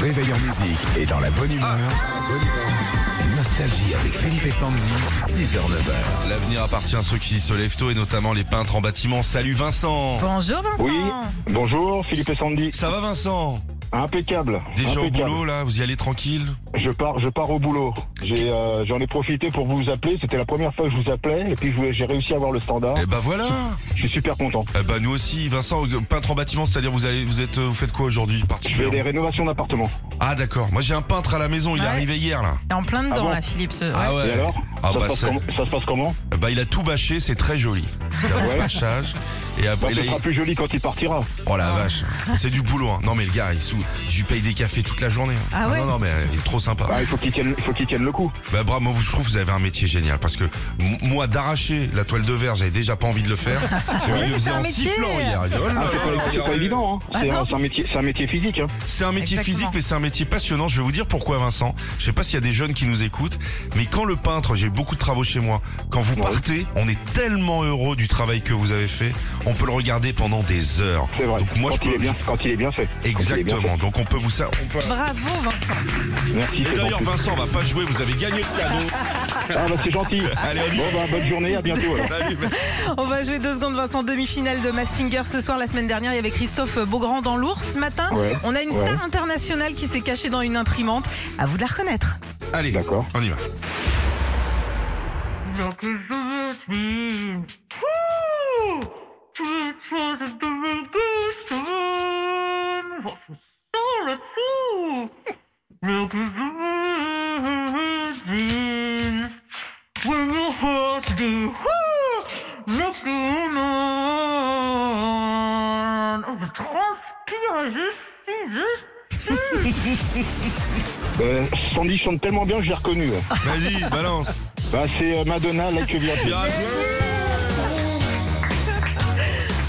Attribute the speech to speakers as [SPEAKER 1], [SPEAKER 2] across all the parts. [SPEAKER 1] réveil en musique et dans la bonne humeur. Nostalgie avec Philippe et Sandy, 6h-9h.
[SPEAKER 2] L'avenir appartient à ceux qui se lèvent tôt et notamment les peintres en bâtiment. Salut Vincent
[SPEAKER 3] Bonjour Vincent
[SPEAKER 4] Oui, bonjour Philippe et Sandy.
[SPEAKER 2] Ça va Vincent
[SPEAKER 4] Impeccable.
[SPEAKER 2] Déjà au
[SPEAKER 4] impeccable.
[SPEAKER 2] boulot là, vous y allez tranquille
[SPEAKER 4] Je pars, je pars au boulot. J'ai, euh, j'en ai profité pour vous appeler. C'était la première fois que je vous appelais et puis je voulais- j'ai réussi à avoir le standard.
[SPEAKER 2] Eh bah voilà
[SPEAKER 4] Je suis super content.
[SPEAKER 2] Eh bah nous aussi, Vincent, peintre en bâtiment, c'est-à-dire vous allez vous êtes vous faites quoi aujourd'hui
[SPEAKER 4] Je fais des
[SPEAKER 2] particulièrement
[SPEAKER 4] rénovations d'appartements.
[SPEAKER 2] Ah d'accord, moi j'ai un peintre à la maison, il est
[SPEAKER 3] Ouais.
[SPEAKER 2] arrivé hier là.
[SPEAKER 3] Et en plein dedans
[SPEAKER 4] Ah bon
[SPEAKER 3] là Philippe ce...
[SPEAKER 2] Ah ouais
[SPEAKER 4] Et alors
[SPEAKER 2] Ah
[SPEAKER 4] ça,
[SPEAKER 2] bah,
[SPEAKER 4] se passe
[SPEAKER 2] ça-
[SPEAKER 4] comment, ça se passe comment
[SPEAKER 2] Eh bah il a tout bâché, c'est très joli. Il a un
[SPEAKER 4] Ouais.
[SPEAKER 2] bâchage. Et
[SPEAKER 4] Bah,
[SPEAKER 2] après,
[SPEAKER 4] Ce
[SPEAKER 2] là, il-
[SPEAKER 4] sera plus joli quand il partira.
[SPEAKER 2] Oh la vache, c'est du boulot. hein. Non mais le gars, il sous, je lui paye des cafés toute la journée. hein.
[SPEAKER 3] Ah ouais
[SPEAKER 2] non non mais euh, il est trop sympa.
[SPEAKER 4] Bah, il faut qu'il tienne, il faut qu'il tienne le coup.
[SPEAKER 2] Bah bravo, moi, je trouve que vous avez un métier génial parce que m- moi d'arracher la toile de verre, j'avais déjà pas envie de le faire. Lui,
[SPEAKER 3] mais
[SPEAKER 2] il le
[SPEAKER 3] c'est
[SPEAKER 2] faisait
[SPEAKER 3] un
[SPEAKER 2] en
[SPEAKER 3] métier.
[SPEAKER 2] sifflant hier. Il dit, oh là
[SPEAKER 4] Ah,
[SPEAKER 2] là
[SPEAKER 4] c'est pas,
[SPEAKER 2] là,
[SPEAKER 4] c'est pas
[SPEAKER 2] regardez.
[SPEAKER 4] évident. Hein.
[SPEAKER 3] Bah
[SPEAKER 4] C'est,
[SPEAKER 3] non.
[SPEAKER 4] un, c'est un métier, c'est un métier physique. Hein.
[SPEAKER 2] C'est un métier
[SPEAKER 3] Exactement.
[SPEAKER 2] physique, mais c'est un métier passionnant. Je vais vous dire pourquoi, Vincent. Je sais pas s'il y a des jeunes qui nous écoutent, mais quand le peintre, j'ai beaucoup de travaux chez moi. Quand vous
[SPEAKER 4] Ouais.
[SPEAKER 2] partez, on est tellement heureux du travail que vous avez fait. On peut le regarder pendant des heures.
[SPEAKER 4] C'est vrai.
[SPEAKER 2] Donc moi,
[SPEAKER 4] quand,
[SPEAKER 2] je
[SPEAKER 4] il
[SPEAKER 2] peux.
[SPEAKER 4] est bien, quand il est bien fait. Quand il est bien
[SPEAKER 2] Exactement. Donc on peut vous ça. On peut...
[SPEAKER 3] Bravo Vincent
[SPEAKER 4] fait. Merci.
[SPEAKER 2] Et
[SPEAKER 4] C'est
[SPEAKER 2] d'ailleurs,
[SPEAKER 4] gentil.
[SPEAKER 2] Vincent va pas jouer. Vous avez gagné le cadeau.
[SPEAKER 4] Ah bah c'est gentil.
[SPEAKER 2] Allez, allez.
[SPEAKER 4] Bon bah bonne journée. À bientôt. alors.
[SPEAKER 2] Salut.
[SPEAKER 3] On va jouer deux secondes Vincent demi-finale de Mass Singer ce soir la semaine dernière il y avait Christophe Beaugrand dans l'ours ce matin
[SPEAKER 4] Ouais,
[SPEAKER 3] On a une
[SPEAKER 4] ouais.
[SPEAKER 3] star internationale qui s'est cachée dans une imprimante à vous de la reconnaître
[SPEAKER 2] Allez.
[SPEAKER 4] D'accord.
[SPEAKER 2] On y va.
[SPEAKER 5] Look at the mean. Woo! Sweet was a double ghost one. What a sorrow too. Look at the virgin. When your heart be next to you know. Oh, je transpire, je suis, je
[SPEAKER 4] Euh, Sandy chante tellement bien, que je l'ai reconnu.
[SPEAKER 2] Vas-y, balance. Ah,
[SPEAKER 4] Bah, c'est euh, Madonna, Like a Virgin.
[SPEAKER 2] Bien joué.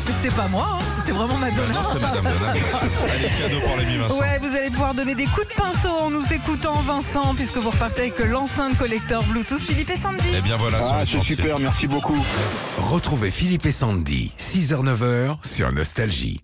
[SPEAKER 3] Mais C'était pas moi hein, c'était vraiment Madonna
[SPEAKER 2] C'est Madame Donna. Allez, cadeau pour l'ami Vincent.
[SPEAKER 3] Ouais, vous allez pouvoir donner des coups de pinceau en nous écoutant, Vincent, puisque vous repartez avec l'enceinte collecteur Bluetooth Philippe et Sandy.
[SPEAKER 2] Eh bien voilà, sur
[SPEAKER 4] Ah,
[SPEAKER 2] les
[SPEAKER 4] c'est
[SPEAKER 2] chantiers.
[SPEAKER 4] super, merci beaucoup.
[SPEAKER 1] Retrouvez Philippe et Sandy, 6h-9h sur Nostalgie.